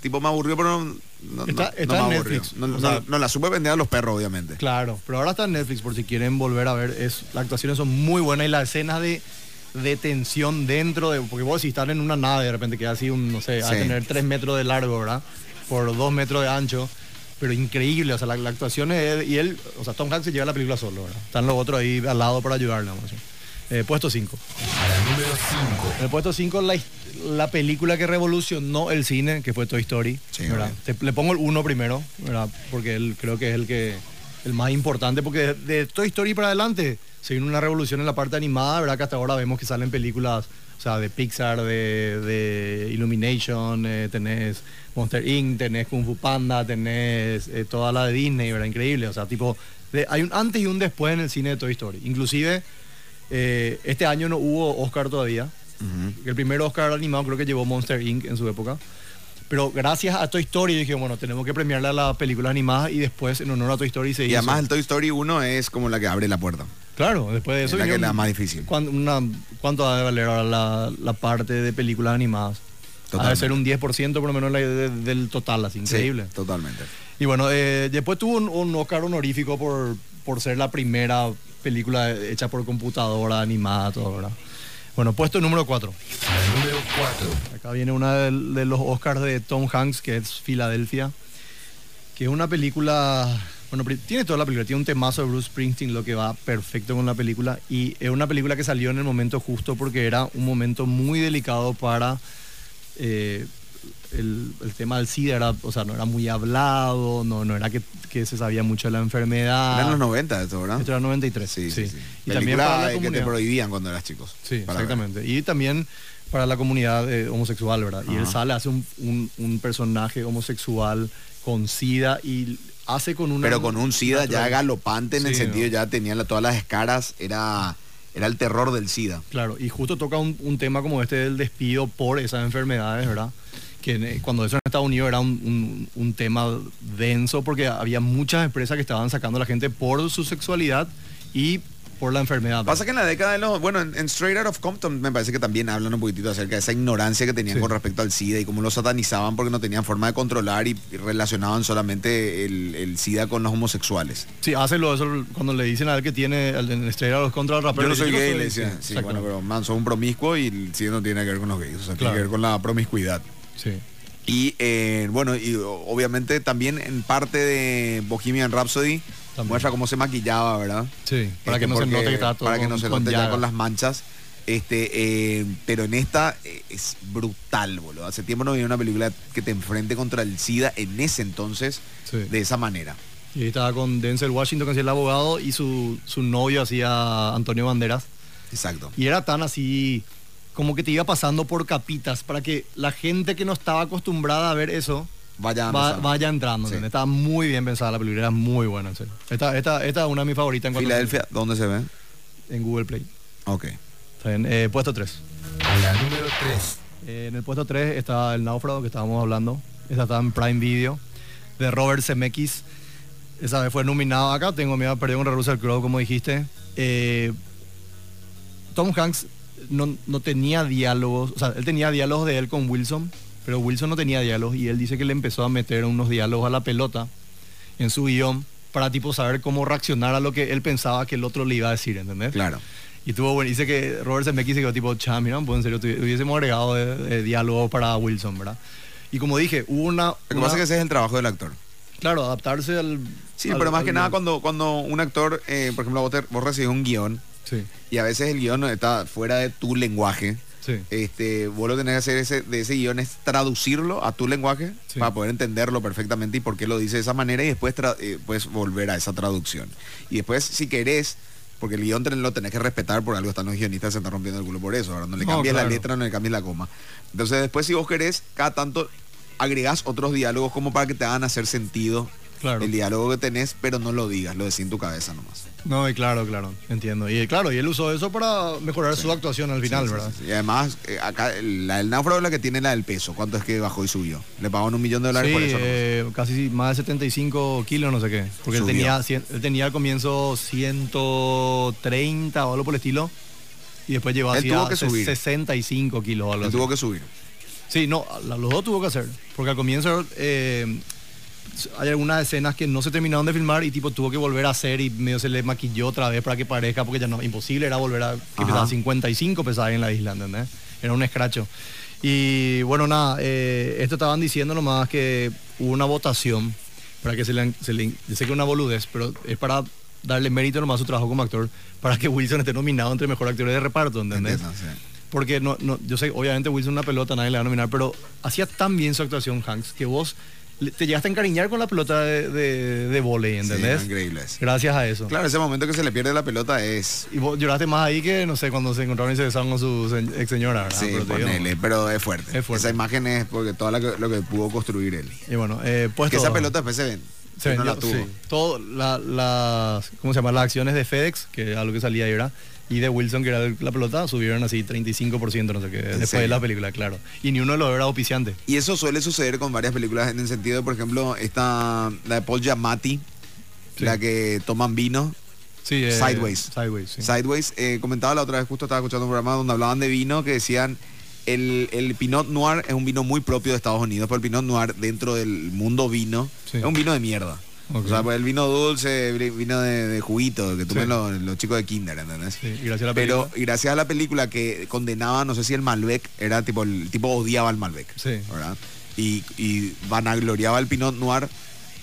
Speaker 3: tipo me aburrió, pero no, no-
Speaker 2: Está-
Speaker 3: no-
Speaker 2: está
Speaker 3: no me
Speaker 2: en
Speaker 3: aburrió.
Speaker 2: Netflix.
Speaker 3: No,
Speaker 2: O
Speaker 3: no-
Speaker 2: sea-
Speaker 3: no la supe vender a los perros, obviamente.
Speaker 2: Claro, pero ahora está en Netflix por si quieren volver a ver. Es, las actuaciones son muy buenas y las escenas de, de tensión dentro de. Porque vos si están en una nave de repente que así un, no sé, a
Speaker 3: Sí.
Speaker 2: tener 3 metros de largo, ¿verdad? Por 2 metros de ancho. Pero increíble, o sea, la, la actuación es. Y él, o sea, Tom Hanks se lleva la película solo, ¿verdad? Están los otros ahí al lado para ayudarle. vamos a decir. Eh, puesto 5.
Speaker 5: Para número 5.
Speaker 2: En el puesto 5, la, his- la película que revolucionó el cine, que fue Toy Story.
Speaker 3: Sí,
Speaker 2: ¿verdad? Te- le pongo el 1 primero, ¿verdad? porque él, creo que es el, que, el más importante, porque de, de Toy Story para adelante se vino una revolución en la parte animada, ¿verdad? que hasta ahora vemos que salen películas o sea, de Pixar, de, de Illumination, eh, tenés Monster Inc., tenés Kung Fu Panda, tenés eh, toda la de Disney, ¿verdad? increíble. O sea, tipo, de- hay un antes y un después en el cine de Toy Story. Inclusive, eh, este año no hubo Oscar todavía. El primer Oscar animado creo que llevó Monster Inc. en su época. Pero gracias a Toy Story dije, bueno, tenemos que premiarle a las películas animadas y después en honor a Toy Story se
Speaker 3: Y
Speaker 2: hizo.
Speaker 3: además el Toy Story 1 es como la que abre la puerta.
Speaker 2: claro, después de eso
Speaker 3: es la que es
Speaker 2: vinieron-
Speaker 3: la más difícil.
Speaker 2: ¿cuán- una- ¿Cuánto ha de valer ahora la, la parte de películas animadas? Ha de
Speaker 3: Totalmente.
Speaker 2: ser un 10% por lo menos la- de- del total, así,
Speaker 3: Sí,
Speaker 2: increíble.
Speaker 3: totalmente.
Speaker 2: Y bueno, eh, después tuvo un, un Oscar honorífico por, por ser la primera película hecha por computadora, animada, todo, ¿verdad? Bueno, puesto número 4.
Speaker 5: Para número 4.
Speaker 2: Acá viene una de, de los Oscars de Tom Hanks, que es Filadelfia, que es una película, bueno, pri- tiene toda la película, tiene un temazo de Bruce Springsteen, lo que va perfecto con la película, y es una película que salió en el momento justo porque era un momento muy delicado para eh, el, el tema del SIDA, era, o sea, no era muy hablado, no, no era que, que se sabía mucho de la enfermedad.
Speaker 3: Eran los 90 esto, ¿verdad?
Speaker 2: Esto era 93,
Speaker 3: Sí,
Speaker 2: sí.
Speaker 3: sí, sí.
Speaker 2: Y también para la
Speaker 3: Película, eh, que te
Speaker 2: comunidad.
Speaker 3: prohibían cuando eras chicos.
Speaker 2: Sí,
Speaker 3: para ver.
Speaker 2: exactamente. Y también para la comunidad eh, homosexual, ¿verdad? Y él sale, hace un, un- un personaje homosexual con SIDA y hace con una...
Speaker 3: Pero con un SIDA ya
Speaker 2: natural-
Speaker 3: galopante en el
Speaker 2: Sí,
Speaker 3: sentido,
Speaker 2: ¿no?
Speaker 3: ya tenía la- todas las escaras, era, era el terror del SIDA.
Speaker 2: Claro, y justo toca un, un tema como este del despido por esas enfermedades, ¿verdad? Que en- eh, cuando eso en Estados Unidos era un, un- un tema denso porque había muchas empresas que estaban sacando a la gente por su sexualidad y por la enfermedad.
Speaker 3: Pasa que en la década de los, bueno, en, en Straight Out of Compton me parece que también hablan un poquitito acerca de esa ignorancia que tenían
Speaker 2: Sí.
Speaker 3: con respecto al SIDA y cómo lo satanizaban porque no tenían forma de controlar y, y relacionaban solamente el, el SIDA con los homosexuales.
Speaker 2: Sí, hace lo eso cuando le dicen a él que tiene al en estrella los contra el rapero.
Speaker 3: Yo no
Speaker 2: le
Speaker 3: soy
Speaker 2: dice,
Speaker 3: gay, le decían. Sí,
Speaker 2: exacto.
Speaker 3: bueno, pero man, soy un promiscuo y el SIDA no tiene nada que ver con los gays, o sea, tiene
Speaker 2: Claro.
Speaker 3: que ver con la promiscuidad.
Speaker 2: Sí.
Speaker 3: Y eh, bueno, y o- obviamente también en parte de Bohemian Rhapsody
Speaker 2: También.
Speaker 3: muestra cómo se maquillaba, ¿verdad? Este,
Speaker 2: Sí, para que no se
Speaker 3: porque-
Speaker 2: note que estaba todo
Speaker 3: Para que no
Speaker 2: con-
Speaker 3: se
Speaker 2: con
Speaker 3: note ya
Speaker 2: llaga.
Speaker 3: con las manchas. Este, eh, pero en esta eh, es brutal, boludo. Hace tiempo no vi una película que te enfrente contra el SIDA en ese entonces
Speaker 2: Sí.
Speaker 3: de esa manera.
Speaker 2: Y estaba con Denzel Washington, que es el abogado, y su, su novio hacía Antonio Banderas.
Speaker 3: Exacto.
Speaker 2: Y era tan así, como que te iba pasando por capitas para que la gente que no estaba acostumbrada a ver eso
Speaker 3: Vaya,
Speaker 2: va-
Speaker 3: empezando.
Speaker 2: vaya entrando.
Speaker 3: Ah, Sí.
Speaker 2: ¿entendés? Estaba muy bien pensada la película, era muy buena, en serio. Esta, esta, esta es una de mis favoritas en, cuanto-
Speaker 3: Filadelfia, ¿dónde se ve?
Speaker 2: en Google Play.
Speaker 3: Ok.
Speaker 2: Está en, eh, puesto 3.
Speaker 5: La número 3.
Speaker 2: Eh, en el puesto 3 está El Náufrago, que estábamos hablando. Esta está en Prime Video, de Robert Zemeckis. Esa vez fue nominado acá. Tengo miedo a perder un Russell Crowe, como dijiste. Eh, Tom Hanks no, no tenía diálogos. O sea, él tenía diálogos de él con Wilson, pero Wilson no tenía diálogos. Y él dice que le empezó a meter unos diálogos a la pelota en su guión para tipo saber cómo reaccionar a lo que él pensaba que el otro le iba a decir, ¿entendés?
Speaker 3: Claro.
Speaker 2: Y tuvo bueno, dice que Robert Zemeckis se quedó tipo, cha, mira, pues en serio, tu- hubiésemos agregado de, de diálogo para Wilson, ¿verdad? Y como dije, hubo una...
Speaker 3: Lo que
Speaker 2: una-
Speaker 3: pasa es que ese es el trabajo del actor.
Speaker 2: Claro, adaptarse al...
Speaker 3: Sí,
Speaker 2: al-
Speaker 3: pero más
Speaker 2: al-
Speaker 3: que nada cuando, cuando un actor, eh, por ejemplo, vos, te- vos recibís un guión
Speaker 2: Sí,
Speaker 3: y a veces el guión está fuera de tu lenguaje.
Speaker 2: sí.
Speaker 3: Este, vos lo tenés que hacer ese, de ese guión es traducirlo a tu lenguaje
Speaker 2: Sí.
Speaker 3: para poder entenderlo perfectamente y por qué lo dice de esa manera y después tra- eh, puedes volver a esa traducción. Y después, si querés, porque el guión ten- lo tenés que respetar, por algo están los guionistas, se están rompiendo el culo por eso, ahora no le
Speaker 2: No,
Speaker 3: cambies
Speaker 2: claro.
Speaker 3: la letra, no le cambies la coma. Entonces después, si vos querés, cada tanto agregás otros diálogos como para que te hagan hacer sentido
Speaker 2: Claro.
Speaker 3: el diálogo que tenés, pero no lo digas, lo decís en tu cabeza nomás.
Speaker 2: No, y claro, claro, entiendo. Y claro, y él usó eso para mejorar su actuación al final,
Speaker 3: Sí, sí,
Speaker 2: ¿verdad?
Speaker 3: sí, sí. Y además, eh, acá el- la del náufrago es la que tiene la del peso. ¿Cuánto es que bajó y subió? Le pagaron un millón de dólares
Speaker 2: Sí,
Speaker 3: por eso. nomás.
Speaker 2: eh, casi más de 75 kilos, no sé qué. Porque él
Speaker 3: Subió.
Speaker 2: tenía, cien- él tenía al comienzo 130 o algo por el estilo. Y después llevó
Speaker 3: Él
Speaker 2: así
Speaker 3: tuvo
Speaker 2: a
Speaker 3: que
Speaker 2: se-
Speaker 3: subir.
Speaker 2: 65 kilos o algo
Speaker 3: Él
Speaker 2: así.
Speaker 3: tuvo que subir.
Speaker 2: Sí, no, la- los dos tuvo que hacer. Porque al comienzo eh, hay algunas escenas que no se terminaron de filmar y tipo tuvo que volver a hacer y medio se le maquilló otra vez para que parezca, porque ya no, imposible era volver a... Que
Speaker 3: Ajá.
Speaker 2: pesaba 55 pesaba ahí en la isla, ¿entendés? Era un escracho. Y bueno, nada, eh, esto estaban diciendo nomás que hubo una votación para que se le... Se le yo sé que es una boludez, pero es para darle mérito nomás a su trabajo como actor para que Wilson esté nominado entre mejor actores de reparto, ¿entendés?
Speaker 3: Entiendo, sí.
Speaker 2: Porque no, no, yo sé, obviamente Wilson una pelota, nadie le va a nominar, pero hacía tan bien su actuación, Hanks, que vos le- te llegaste a encariñar con la pelota de, de, de vóley, ¿entendés?
Speaker 3: Sí, increíble eso.
Speaker 2: Gracias a eso.
Speaker 3: Claro, ese momento que se le pierde la pelota es...
Speaker 2: Y vos lloraste más ahí que, no sé, cuando se encontraron y se besaron con su se- ex señora, ¿verdad?
Speaker 3: sí,
Speaker 2: Ah, Pero te digo,
Speaker 3: ponele, pero es fuerte.
Speaker 2: Es fuerte.
Speaker 3: Esa imagen es porque todo lo que, lo que pudo construir él.
Speaker 2: Y bueno, eh,
Speaker 3: Que
Speaker 2: puesto
Speaker 3: esa
Speaker 2: dos.
Speaker 3: pelota después se ven.
Speaker 2: Se
Speaker 3: que no
Speaker 2: vendió,
Speaker 3: la tuvo.
Speaker 2: sí. Todo, la- las, ¿cómo se llama? Las acciones de FedEx, que a lo que salía ahí, ¿verdad? Y de Wilson, que era el- la pelota, subieron así 35%, no sé qué, después de
Speaker 3: serio?
Speaker 2: la película, claro. Y ni uno de los era auspiciante.
Speaker 3: Y eso suele suceder con varias películas en el sentido, por ejemplo, esta, la de Paul Giamatti,
Speaker 2: Sí.
Speaker 3: la que toman vino,
Speaker 2: Sí, eh,
Speaker 3: Sideways.
Speaker 2: Sideways, sí.
Speaker 3: Sideways, eh, comentaba la otra vez, justo estaba escuchando un programa donde hablaban de vino, que decían, el, el Pinot Noir es un vino muy propio de Estados Unidos, pero el Pinot Noir dentro del mundo vino
Speaker 2: Sí.
Speaker 3: es un vino de mierda.
Speaker 2: Ok.
Speaker 3: O sea, pues el vino dulce, el vino de, de juguito, que tomen
Speaker 2: Sí.
Speaker 3: los, los chicos de kinder, ¿entendés?
Speaker 2: Sí, y gracias a la
Speaker 3: Pero
Speaker 2: película.
Speaker 3: y gracias a la película que condenaba, no sé si el Malbec, era tipo, el tipo odiaba al Malbec,
Speaker 2: Sí.
Speaker 3: ¿verdad? Y, y vanagloriaba al Pinot Noir.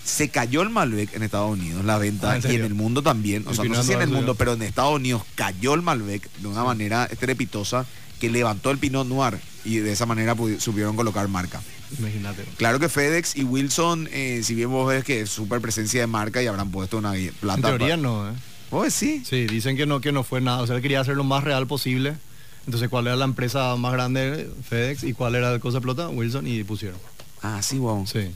Speaker 3: Se cayó el Malbec en Estados Unidos, la
Speaker 2: Ah,
Speaker 3: venta,
Speaker 2: ¿en
Speaker 3: y en
Speaker 2: serio?
Speaker 3: el mundo también. O
Speaker 2: El
Speaker 3: sea, no
Speaker 2: Pinot
Speaker 3: sé si en
Speaker 2: Noir
Speaker 3: el
Speaker 2: se
Speaker 3: mundo,
Speaker 2: dio.
Speaker 3: pero en Estados Unidos cayó el Malbec de una manera estrepitosa que levantó el Pinot Noir y de esa manera pudi- supieron colocar marca.
Speaker 2: Imagínate.
Speaker 3: Claro que FedEx y Wilson, eh, si bien vos ves que es súper presencia de marca y habrán puesto una gui- plata.
Speaker 2: En teoría
Speaker 3: pa-
Speaker 2: no, ¿eh?
Speaker 3: Vos decís.
Speaker 2: Sí, dicen que no, que no fue nada. O sea, él quería hacer lo más real posible. Entonces, ¿cuál era la empresa más grande? FedEx. ¿Y cuál era la cosa pelota? Wilson. Y pusieron.
Speaker 3: Ah, sí, wow.
Speaker 2: Sí.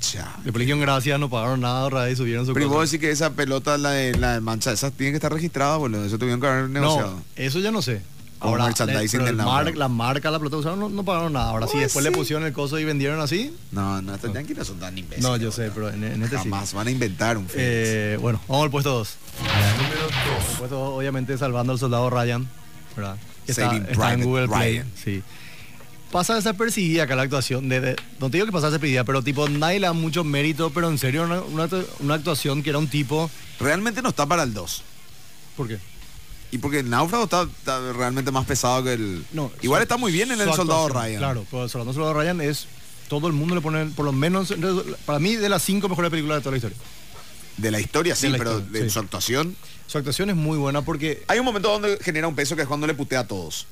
Speaker 3: Chao.
Speaker 2: Después le dijeron gracias, no pagaron nada, otra vez subieron su
Speaker 3: Pero y
Speaker 2: cosa.
Speaker 3: vos decís que esa pelota, la de, la de mancha, esa tiene que estar registrada, boludo. Eso tuvieron que haber negociado.
Speaker 2: No, eso ya no sé.
Speaker 3: Como
Speaker 2: Ahora,
Speaker 3: merchandising
Speaker 2: pero el
Speaker 3: del
Speaker 2: mar-
Speaker 3: náufrago.
Speaker 2: la marca, la pelota usaron, no, no pagaron nada. Ahora, sí,
Speaker 3: Pues
Speaker 2: después le
Speaker 3: sí.
Speaker 2: pusieron el coso y vendieron así,
Speaker 3: No, no, estos yanquis no son tan imbéciles.
Speaker 2: No, yo sé,
Speaker 3: boludo.
Speaker 2: pero en- en este sí.
Speaker 3: Jamás van a inventar un fin.
Speaker 2: eh, bueno, vamos al puesto 2.
Speaker 5: La número 2.
Speaker 2: Pues, o- obviamente salvando al soldado Ryan, ¿verdad? Que Está,
Speaker 3: Saving
Speaker 2: está en
Speaker 3: Private
Speaker 2: Google Play.
Speaker 3: Ryan.
Speaker 2: Sí. Pasa desapercibida acá la actuación. De, de- no te digo que pasa desapercibida, pero tipo, nadie le da mucho mérito, pero en serio, una, una actu- una actuación que era un tipo.
Speaker 3: Realmente no está para el 2.
Speaker 2: ¿Por qué?
Speaker 3: Y porque el náufrago está, está realmente más pesado que el...
Speaker 2: No,
Speaker 3: Igual
Speaker 2: su-
Speaker 3: está muy bien en
Speaker 2: su
Speaker 3: el soldado
Speaker 2: actuación,
Speaker 3: Ryan.
Speaker 2: Claro, pero el soldado, soldado Ryan es. Todo el mundo le pone, por lo menos, para mí, de las cinco mejores películas de toda la historia.
Speaker 3: De la historia, sí,
Speaker 2: De la
Speaker 3: pero
Speaker 2: historia,
Speaker 3: de
Speaker 2: sí.
Speaker 3: su actuación.
Speaker 2: Su actuación es muy buena porque
Speaker 3: Hay un momento donde genera un peso que es cuando le putea a todos.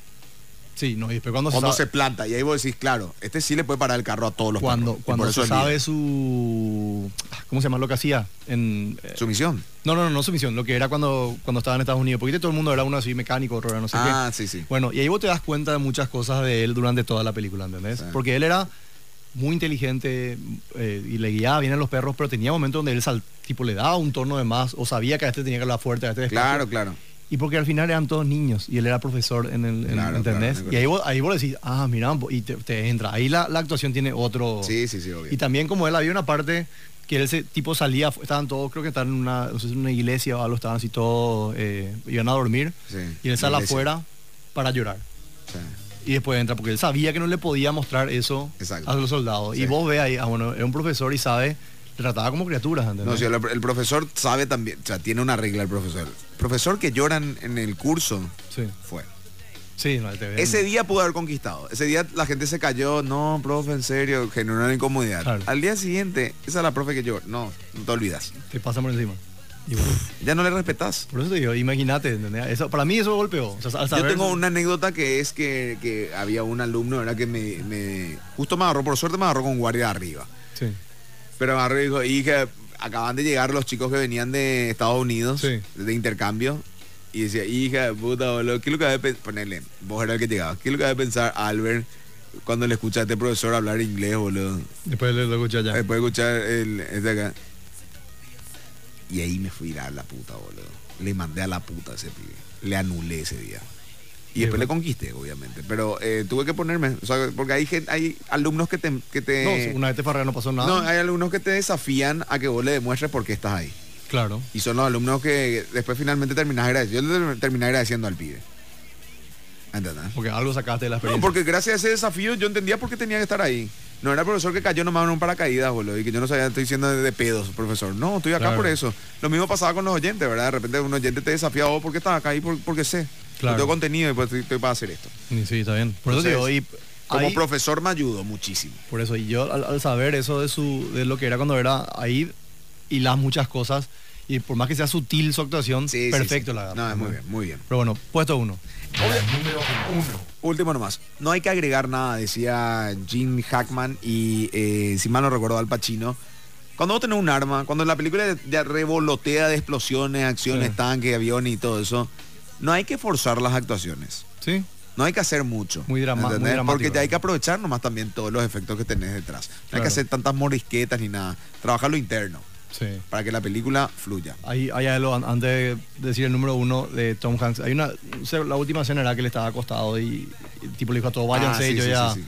Speaker 2: Sí, no, y después cuando,
Speaker 3: Cuando
Speaker 2: se
Speaker 3: se
Speaker 2: sabe,
Speaker 3: planta. Y ahí vos decís, claro, este sí le puede parar el carro a todos los
Speaker 2: cuando,
Speaker 3: perros. Y
Speaker 2: cuando
Speaker 3: por eso
Speaker 2: se
Speaker 3: es líder.
Speaker 2: sabe su... ¿Cómo se llama lo que hacía? En, eh,
Speaker 3: Su misión.
Speaker 2: No, no, no, no su misión, lo que era cuando, cuando estaba en Estados Unidos, porque todo el mundo era uno así mecánico, otro era no sé qué.
Speaker 3: Ah, sí, sí.
Speaker 2: Bueno, y ahí vos te das cuenta de muchas cosas de él durante toda la película, ¿entendés?
Speaker 3: Sí.
Speaker 2: Porque él era muy inteligente eh, y le guiaba bien a los perros, pero tenía momentos donde él sal- tipo le daba un tono de más o sabía que a este tenía que hablar fuerte, a este despacio.
Speaker 3: Claro, claro.
Speaker 2: Y porque al final eran todos niños y él era profesor en el, en-
Speaker 3: Claro,
Speaker 2: ¿entendés?
Speaker 3: claro,
Speaker 2: y ahí vos, ahí vos decís, ah, mira, y te, te entra. Ahí la, la actuación tiene otro...
Speaker 3: Sí, sí, sí, obvio.
Speaker 2: Oh. Y también como él había una parte que él se tipo salía, fu- estaban todos, creo que estaban en una, no sé, en una iglesia o algo, estaban así todos, eh, iban a dormir.
Speaker 3: Sí,
Speaker 2: y él sale
Speaker 3: iglesia.
Speaker 2: afuera para llorar.
Speaker 3: Sí.
Speaker 2: Y después entra, porque él sabía que no le podía mostrar eso
Speaker 3: Exacto.
Speaker 2: a los soldados.
Speaker 3: Sí.
Speaker 2: Y vos ve ahí, ah, bueno, era un profesor y sabe, le trataba como criaturas, ¿entendés?
Speaker 3: No, sí, el, el profesor sabe también, o sea, tiene una regla el profesor. Profesor que lloran en el curso
Speaker 2: Sí,
Speaker 3: fue.
Speaker 2: sí, no, te ven.
Speaker 3: Ese día pudo haber conquistado. Ese día la gente se cayó, no, profe, en serio, generó una incomodidad.
Speaker 2: Claro.
Speaker 3: Al día siguiente, esa es la profe que yo, no, no te olvidas.
Speaker 2: Te pasan por encima. Y bueno,
Speaker 3: Ya no le respetas.
Speaker 2: por eso te digo, imagínate, ¿entendés? Eso, para mí eso golpeó. O sea, al
Speaker 3: Yo
Speaker 2: saber-
Speaker 3: tengo una anécdota que es que, que había un alumno, era que me, me- Justo me agarró, por suerte me agarró con guardia arriba.
Speaker 2: Sí,
Speaker 3: Pero me agarró y dijo, y que acaban de llegar los chicos que venían de Estados Unidos,
Speaker 2: Sí.
Speaker 3: de intercambio. Y decía, hija de puta, boludo, ¿qué es lo que había de pensar? Ponele, vos era el que llegaba. ¿Qué es lo que había de pensar Albert cuando le escucha a este profesor hablar inglés, boludo?
Speaker 2: después le lo escuché allá.
Speaker 3: Después de escuchar el, este acá. Y ahí me fui a la puta, boludo. Le mandé a la puta a ese pibe. Le anulé ese día.
Speaker 2: Qué
Speaker 3: Y después le
Speaker 2: bueno.
Speaker 3: conquisté, obviamente. Pero eh, tuve que ponerme. O sea, porque hay, gen- hay alumnos que te... que te-
Speaker 2: No, si una vez te farrea no pasó nada.
Speaker 3: Eh, no, eh. hay alumnos que te desafían a que vos le demuestres por qué estás ahí.
Speaker 2: Claro.
Speaker 3: Y son los alumnos que después finalmente terminas agradeciendo. Yo le ter- terminé agradeciendo al pibe. ¿Entendés?
Speaker 2: Porque algo sacaste de la experiencia.
Speaker 3: No, porque gracias a ese desafío yo entendía por qué tenía que estar ahí. No era el profesor que cayó nomás en un paracaídas, boludo, y que yo no sabía, estoy diciendo de, de pedos, profesor. No, estoy acá
Speaker 2: Claro.
Speaker 3: por eso. Lo mismo pasaba con los oyentes, ¿verdad? De repente un oyente te desafía, oh, ¿por qué estás acá? Y por, porque sé.
Speaker 2: Claro.
Speaker 3: Yo tengo contenido y pues estoy, estoy para hacer esto.
Speaker 2: Y Sí, está bien. Por eso te digo,
Speaker 3: Entonces,
Speaker 2: y
Speaker 3: Como
Speaker 2: ahí-
Speaker 3: profesor me ayudó muchísimo.
Speaker 2: Por eso, y yo al, al saber eso de su de lo que era cuando era ahí y las muchas cosas, y por más que sea sutil su actuación,
Speaker 3: Sí, sí,
Speaker 2: perfecto
Speaker 3: sí.
Speaker 2: la
Speaker 3: No, es muy bien, muy bien.
Speaker 2: Pero bueno, puesto uno.
Speaker 5: La número uno.
Speaker 3: Último nomás. No hay que agregar nada, decía Jim Hackman y eh, si mal no recuerdo Al Pacino. Cuando vos tenés un arma, cuando la película ya revolotea de explosiones, acciones,
Speaker 2: Sí.
Speaker 3: tanques, aviones y todo eso, no hay que forzar las actuaciones.
Speaker 2: ¿Sí?
Speaker 3: No hay que hacer mucho.
Speaker 2: Muy drama- muy
Speaker 3: ¿entendés?
Speaker 2: dramático,
Speaker 3: Porque ya hay que
Speaker 2: ¿no?
Speaker 3: aprovechar nomás también todos los efectos que tenés detrás. No hay
Speaker 2: Claro.
Speaker 3: que hacer tantas morisquetas ni nada. Trabajar lo interno
Speaker 2: Sí.
Speaker 3: para que la película fluya.
Speaker 2: Ahí, ahí hay lo- an- antes de decir el número uno de Tom Hanks, hay una, o sea, la última escena era que le estaba acostado y, y el tipo le dijo a todos, váyanse,
Speaker 3: Ah, sí,
Speaker 2: yo
Speaker 3: sí,
Speaker 2: ya...
Speaker 3: sí, sí.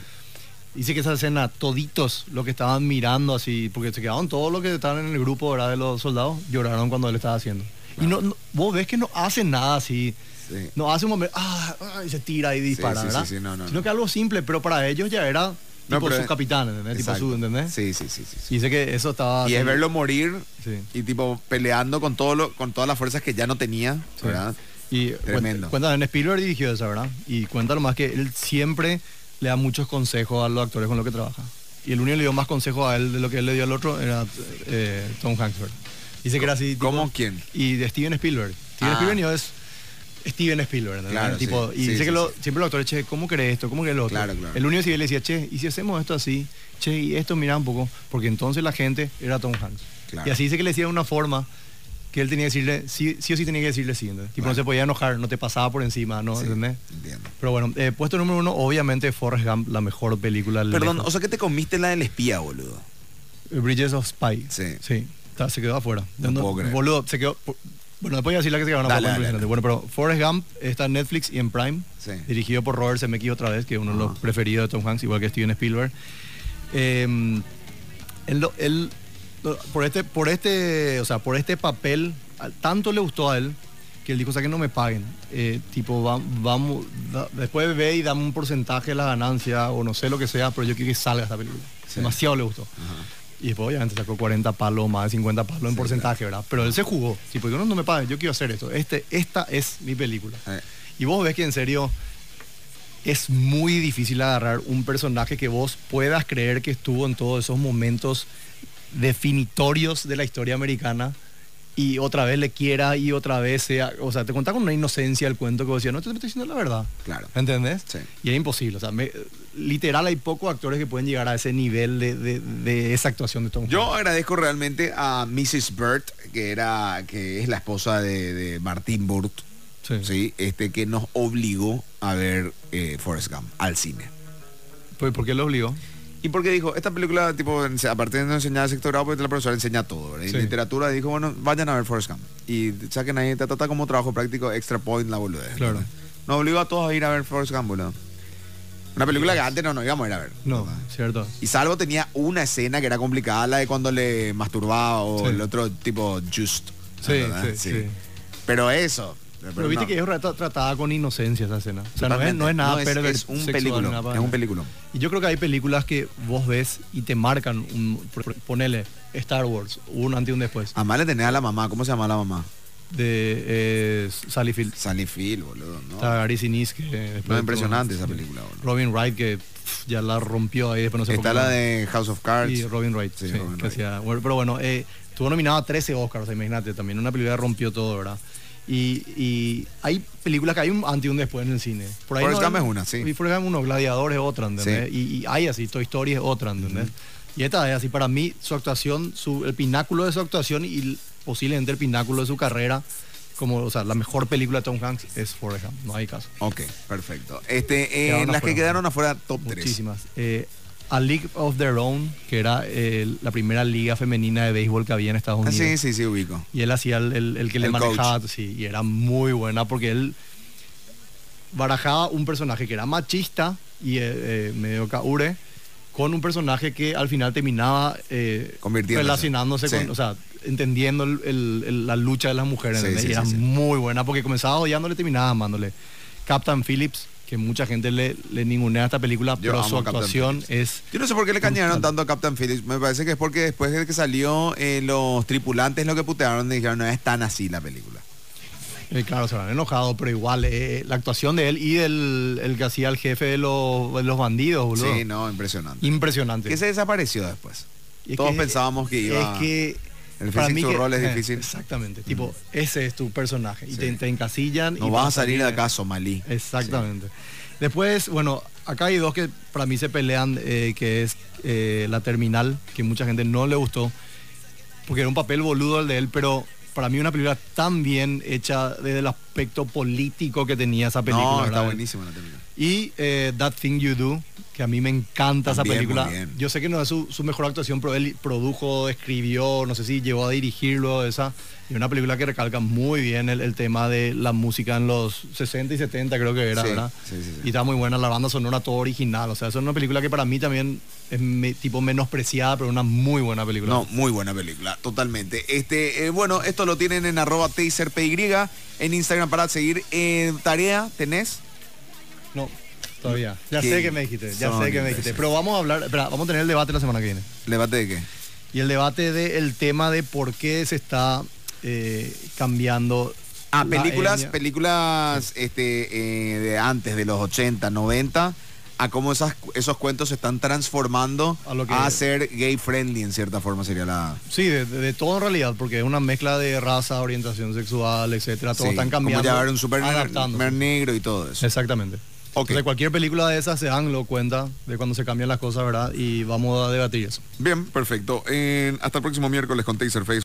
Speaker 2: Dice que esa escena, toditos los que estaban mirando así, porque se quedaron todos los que estaban en el grupo ¿verdad? de los soldados, lloraron cuando él estaba haciendo. Y no, no- vos ves que no hace nada así.
Speaker 3: Sí.
Speaker 2: No hace un momento, ah, ah, y se tira y dispara,
Speaker 3: sí, sí,
Speaker 2: ¿verdad?
Speaker 3: sí, no, no,
Speaker 2: Sino
Speaker 3: no.
Speaker 2: que algo simple, pero para ellos ya era
Speaker 3: No,
Speaker 2: tipo
Speaker 3: pero-
Speaker 2: su capitán, ¿entendés? Tipo
Speaker 3: Exacto.
Speaker 2: su, ¿entendés? Ah,
Speaker 3: Sí, sí, sí, sí,
Speaker 2: Y
Speaker 3: sí.
Speaker 2: dice que eso estaba...
Speaker 3: y es verlo morir
Speaker 2: Sí.
Speaker 3: y tipo peleando con todo lo, con todas las fuerzas que ya no tenía,
Speaker 2: Sí.
Speaker 3: ¿verdad?
Speaker 2: Y
Speaker 3: Tremendo.
Speaker 2: cuenta- Cuentan, en Spielberg dirigió esa, ¿verdad? Y cuenta lo más que él siempre le da muchos consejos a los actores con los que trabaja. Y el único que le dio más consejos a él de lo que él le dio al otro era eh, Tom Hanks, ¿verdad? Dice que era así. tipo-
Speaker 3: ¿Cómo quién?
Speaker 2: Y de Steven Spielberg. Steven
Speaker 3: Ah.
Speaker 2: Spielberg no es Steven Spielberg, ¿entendés?
Speaker 3: Claro,
Speaker 2: tipo,
Speaker 3: sí,
Speaker 2: Y
Speaker 3: sí,
Speaker 2: dice
Speaker 3: sí,
Speaker 2: que lo-
Speaker 3: sí.
Speaker 2: siempre los actores, che, ¿cómo crees esto? ¿Cómo crees lo otro?
Speaker 3: Claro, claro.
Speaker 2: El único que le decía, che, ¿y si hacemos esto así? Che, y esto mira un poco, porque entonces la gente era Tom Hanks.
Speaker 3: Claro.
Speaker 2: Y así dice que le decía de una forma que él tenía que decirle, sí, sí o sí tenía que decirle sí, ¿entendés? Tipo,
Speaker 3: Claro.
Speaker 2: no se podía enojar, no te pasaba por encima, ¿no?
Speaker 3: Sí,
Speaker 2: ¿Entendés?
Speaker 3: entiendo.
Speaker 2: Pero bueno, eh, puesto número uno, obviamente Forrest Gump, la mejor película.
Speaker 3: Perdón,
Speaker 2: lejos.
Speaker 3: o sea que te comiste la del espía, boludo.
Speaker 2: Bridges of Spy.
Speaker 3: Sí.
Speaker 2: Sí. Está- se quedó afuera.
Speaker 3: No puedo creer.
Speaker 2: Boludo, se quedó. por- Bueno, después voy a decir la que se quedó
Speaker 3: Dale,
Speaker 2: afuera.
Speaker 3: dale,
Speaker 2: impresionante.
Speaker 3: dale.
Speaker 2: Bueno, pero Forrest Gump está en Netflix y en Prime.
Speaker 3: Sí. Ah.
Speaker 2: Dirigido por Robert Zemeckis otra vez, que es uno de los
Speaker 3: Ajá.
Speaker 2: preferidos de Tom Hanks, igual que Steven Spielberg. Eh, él, lo- él- lo- por este, por este, o sea, por este papel, al- tanto le gustó a él que él dijo, o sea, que no me paguen. Eh, tipo, va- vamos, da- después ve y dame un porcentaje de la ganancia o no sé lo que sea, pero yo quiero que salga esta película.
Speaker 3: Sí.
Speaker 2: Demasiado le gustó. Y después obviamente sacó 40 palos, más de 50 palos en porcentaje, ¿verdad? Pero él se jugó. Tipo, yo no, no me paguen, yo quiero hacer esto. Este, esta es mi película.
Speaker 3: Eh.
Speaker 2: Y vos ves que en serio es muy difícil agarrar un personaje que vos puedas creer que estuvo en todos esos momentos definitorios de la historia americana y otra vez le quiera y otra vez sea. O sea, te contaba con una inocencia el cuento que vos decías, no te estoy diciendo la verdad.
Speaker 3: Claro.
Speaker 2: ¿Entendés?
Speaker 3: Sí.
Speaker 2: Y es imposible. O sea, me- literal hay pocos actores que pueden llegar a ese nivel de, de- de esa actuación de Tom
Speaker 3: Yo
Speaker 2: Hanks.
Speaker 3: agradezco realmente a Mrs. Burt, que era, que es la esposa de, de Martin Burt,
Speaker 2: Sí.
Speaker 3: ¿sí? Este, que nos obligó a ver eh, Forrest Gump al cine.
Speaker 2: Pues, ¿Por qué lo obligó?
Speaker 3: Y porque dijo, esta película, tipo, en- aparte de no enseñar sexto grado, porque la profesora enseña todo, ¿verdad? Y
Speaker 2: Sí.
Speaker 3: literatura dijo, bueno, vayan a ver Forrest Gump. Y saquen ahí, ta, ta, ta, como trabajo práctico, extra point, la boludez.
Speaker 2: Claro.
Speaker 3: ¿verdad? Nos obligó a todos a ir a ver Forrest Gump, boludo. Una película que antes no nos íbamos a ir a ver.
Speaker 2: No,
Speaker 3: ¿verdad?
Speaker 2: cierto.
Speaker 3: Y Salvo tenía una escena que era complicada, la de cuando le masturbaba o
Speaker 2: Sí.
Speaker 3: el otro tipo just.
Speaker 2: Sí,
Speaker 3: ¿verdad?
Speaker 2: sí, sí.
Speaker 3: Pero eso.
Speaker 2: Pero viste
Speaker 3: no.
Speaker 2: que es rata- tratada con inocencia esa escena. O sea, no es,
Speaker 3: Totalmente.
Speaker 2: no es nada
Speaker 3: es,
Speaker 2: perver-
Speaker 3: es un
Speaker 2: sexual,
Speaker 3: película.
Speaker 2: nada para
Speaker 3: Es un
Speaker 2: nada.
Speaker 3: película.
Speaker 2: Y yo creo que hay películas que vos ves y te marcan un, por- ponele Star Wars, un antes y un después,
Speaker 3: Además le tenés a la mamá. ¿Cómo se llama la mamá?
Speaker 2: de eh, Sally Field.
Speaker 3: Sally Field, boludo. No,
Speaker 2: Está Gary Sinise, que después
Speaker 3: No,
Speaker 2: de
Speaker 3: impresionante
Speaker 2: todo-
Speaker 3: esa película, boludo.
Speaker 2: Robin Wright que pff, ya la rompió ahí, después no sé por
Speaker 3: Está
Speaker 2: qué
Speaker 3: la
Speaker 2: no.
Speaker 3: de House of Cards.
Speaker 2: Y Robin Wright,
Speaker 3: Sí,
Speaker 2: sí,
Speaker 3: Robin
Speaker 2: que
Speaker 3: Wright.
Speaker 2: hacía- bueno, pero bueno, eh, estuvo nominado a 13 Oscars, o sea, imagínate, también una película que rompió todo, ¿verdad? Y, y hay películas que hay un antes y un después en el cine. Por
Speaker 3: Forrest Gump
Speaker 2: hay-
Speaker 3: es una, sí.
Speaker 2: Y Forrest Gump es uno, Gladiador es otra, ¿entendés? Y, y hay así, Toy Story es otra, ¿entendés? Y esta es así, para mí, su actuación, su, el pináculo de su actuación y l- posiblemente el pináculo de su carrera, como, o sea, la mejor película de Tom Hanks es Forrest Gump, no hay caso.
Speaker 3: Ok, perfecto. Este, eh,
Speaker 2: Quedaron
Speaker 3: las que
Speaker 2: afuera.
Speaker 3: quedaron afuera, top 3.
Speaker 2: Muchísimas. Eh, a League of Their Own, que era eh, la primera liga femenina de béisbol que había en Estados Unidos.
Speaker 3: Ah, sí, sí, sí, ubico.
Speaker 2: Y él hacía el, el- el que le
Speaker 3: El
Speaker 2: manejaba, sí, y era muy buena porque él barajaba un personaje que era machista y eh, eh, medio caure con un personaje que al final terminaba eh,
Speaker 3: Convirtiéndose.
Speaker 2: relacionándose
Speaker 3: Sí.
Speaker 2: con, o sea, entendiendo el- el- el- la lucha de las mujeres.
Speaker 3: Sí,
Speaker 2: ¿entendés?
Speaker 3: sí,
Speaker 2: y
Speaker 3: sí,
Speaker 2: era
Speaker 3: sí.
Speaker 2: muy buena porque comenzaba odiándole, terminaba amándole. Captain Phillips, que mucha gente le, le ningunea a esta película,
Speaker 3: Yo
Speaker 2: pero
Speaker 3: amo
Speaker 2: su
Speaker 3: a Captain
Speaker 2: actuación es...
Speaker 3: Yo no sé por qué le cañaron tanto a Captain Phillips. Me parece que es porque después de que salió, eh, los tripulantes lo que putearon y dijeron, no es tan así la película.
Speaker 2: Eh, claro, se han enojado, pero igual eh, la actuación de él y del el que hacía el jefe de los, de los bandidos, boludo.
Speaker 3: Sí, no, impresionante.
Speaker 2: Impresionante.
Speaker 3: Que se desapareció después.
Speaker 2: Y es
Speaker 3: Todos
Speaker 2: que-
Speaker 3: pensábamos que iba...
Speaker 2: Es que.
Speaker 3: el
Speaker 2: para
Speaker 3: physics
Speaker 2: mí
Speaker 3: to
Speaker 2: que-
Speaker 3: roll es
Speaker 2: eh,
Speaker 3: difícil.
Speaker 2: Exactamente. Tipo, ese es tu personaje. Y
Speaker 3: Sí.
Speaker 2: te, te encasillan.
Speaker 3: no
Speaker 2: y
Speaker 3: vas a salir de acá,
Speaker 2: eh,
Speaker 3: Somalí.
Speaker 2: Exactamente. Después, bueno, acá hay dos que para mí se pelean, eh, que es eh, la terminal, que mucha gente no le gustó, porque era un papel boludo el de él, pero para mí una película tan bien hecha desde el aspecto político que tenía esa película.
Speaker 3: no, está
Speaker 2: ¿verdad?
Speaker 3: buenísima la película.
Speaker 2: Y eh, That Thing You Do, que a mí me encanta
Speaker 3: También,
Speaker 2: esa
Speaker 3: muy
Speaker 2: película.
Speaker 3: bien.
Speaker 2: Yo sé que no es su, su mejor actuación, pero él produjo, escribió, no sé si llegó a dirigirlo, esa. Y una película que recalca muy bien el, el tema de la música en los 60 y 70, creo que era,
Speaker 3: Sí,
Speaker 2: ¿verdad?
Speaker 3: sí, sí, sí.
Speaker 2: Y está muy buena la banda sonora, todo original. O sea, eso es una película que para mí también es me- tipo menospreciada, pero una muy buena película.
Speaker 3: No, muy buena película, totalmente. Este, eh, bueno, esto lo tienen en arroba taserpy en Instagram para seguir. Eh, tarea, ¿tenés?
Speaker 2: No, todavía. Ya
Speaker 3: Qué
Speaker 2: sé que me dijiste, ya
Speaker 3: son
Speaker 2: sé que me dijiste.
Speaker 3: imbéciles.
Speaker 2: Pero vamos a hablar, espera, vamos a tener el debate la semana que viene.
Speaker 3: ¿Levate de qué?
Speaker 2: y el debate del tema de por qué se está eh, cambiando.
Speaker 3: Ah,
Speaker 2: la
Speaker 3: películas,
Speaker 2: etnia.
Speaker 3: películas este, eh, de antes, de los 80, 90, a cómo esas, esos cuentos se están transformando a,
Speaker 2: A lo que-
Speaker 3: ser gay friendly, en cierta forma sería la...
Speaker 2: Sí, de, de- de todo en realidad, porque es una mezcla de raza, orientación sexual, etcétera. Todos
Speaker 3: Sí,
Speaker 2: están cambiando.
Speaker 3: Como ya ver un super
Speaker 2: adaptándose.
Speaker 3: mer negro y todo eso.
Speaker 2: Exactamente.
Speaker 3: Ok.
Speaker 2: Entonces, cualquier película de esas se dan lo cuenta de cuando se cambian las cosas, ¿verdad? Y vamos a debatir eso.
Speaker 3: Bien, perfecto. Eh, hasta el próximo miércoles con Taser Face.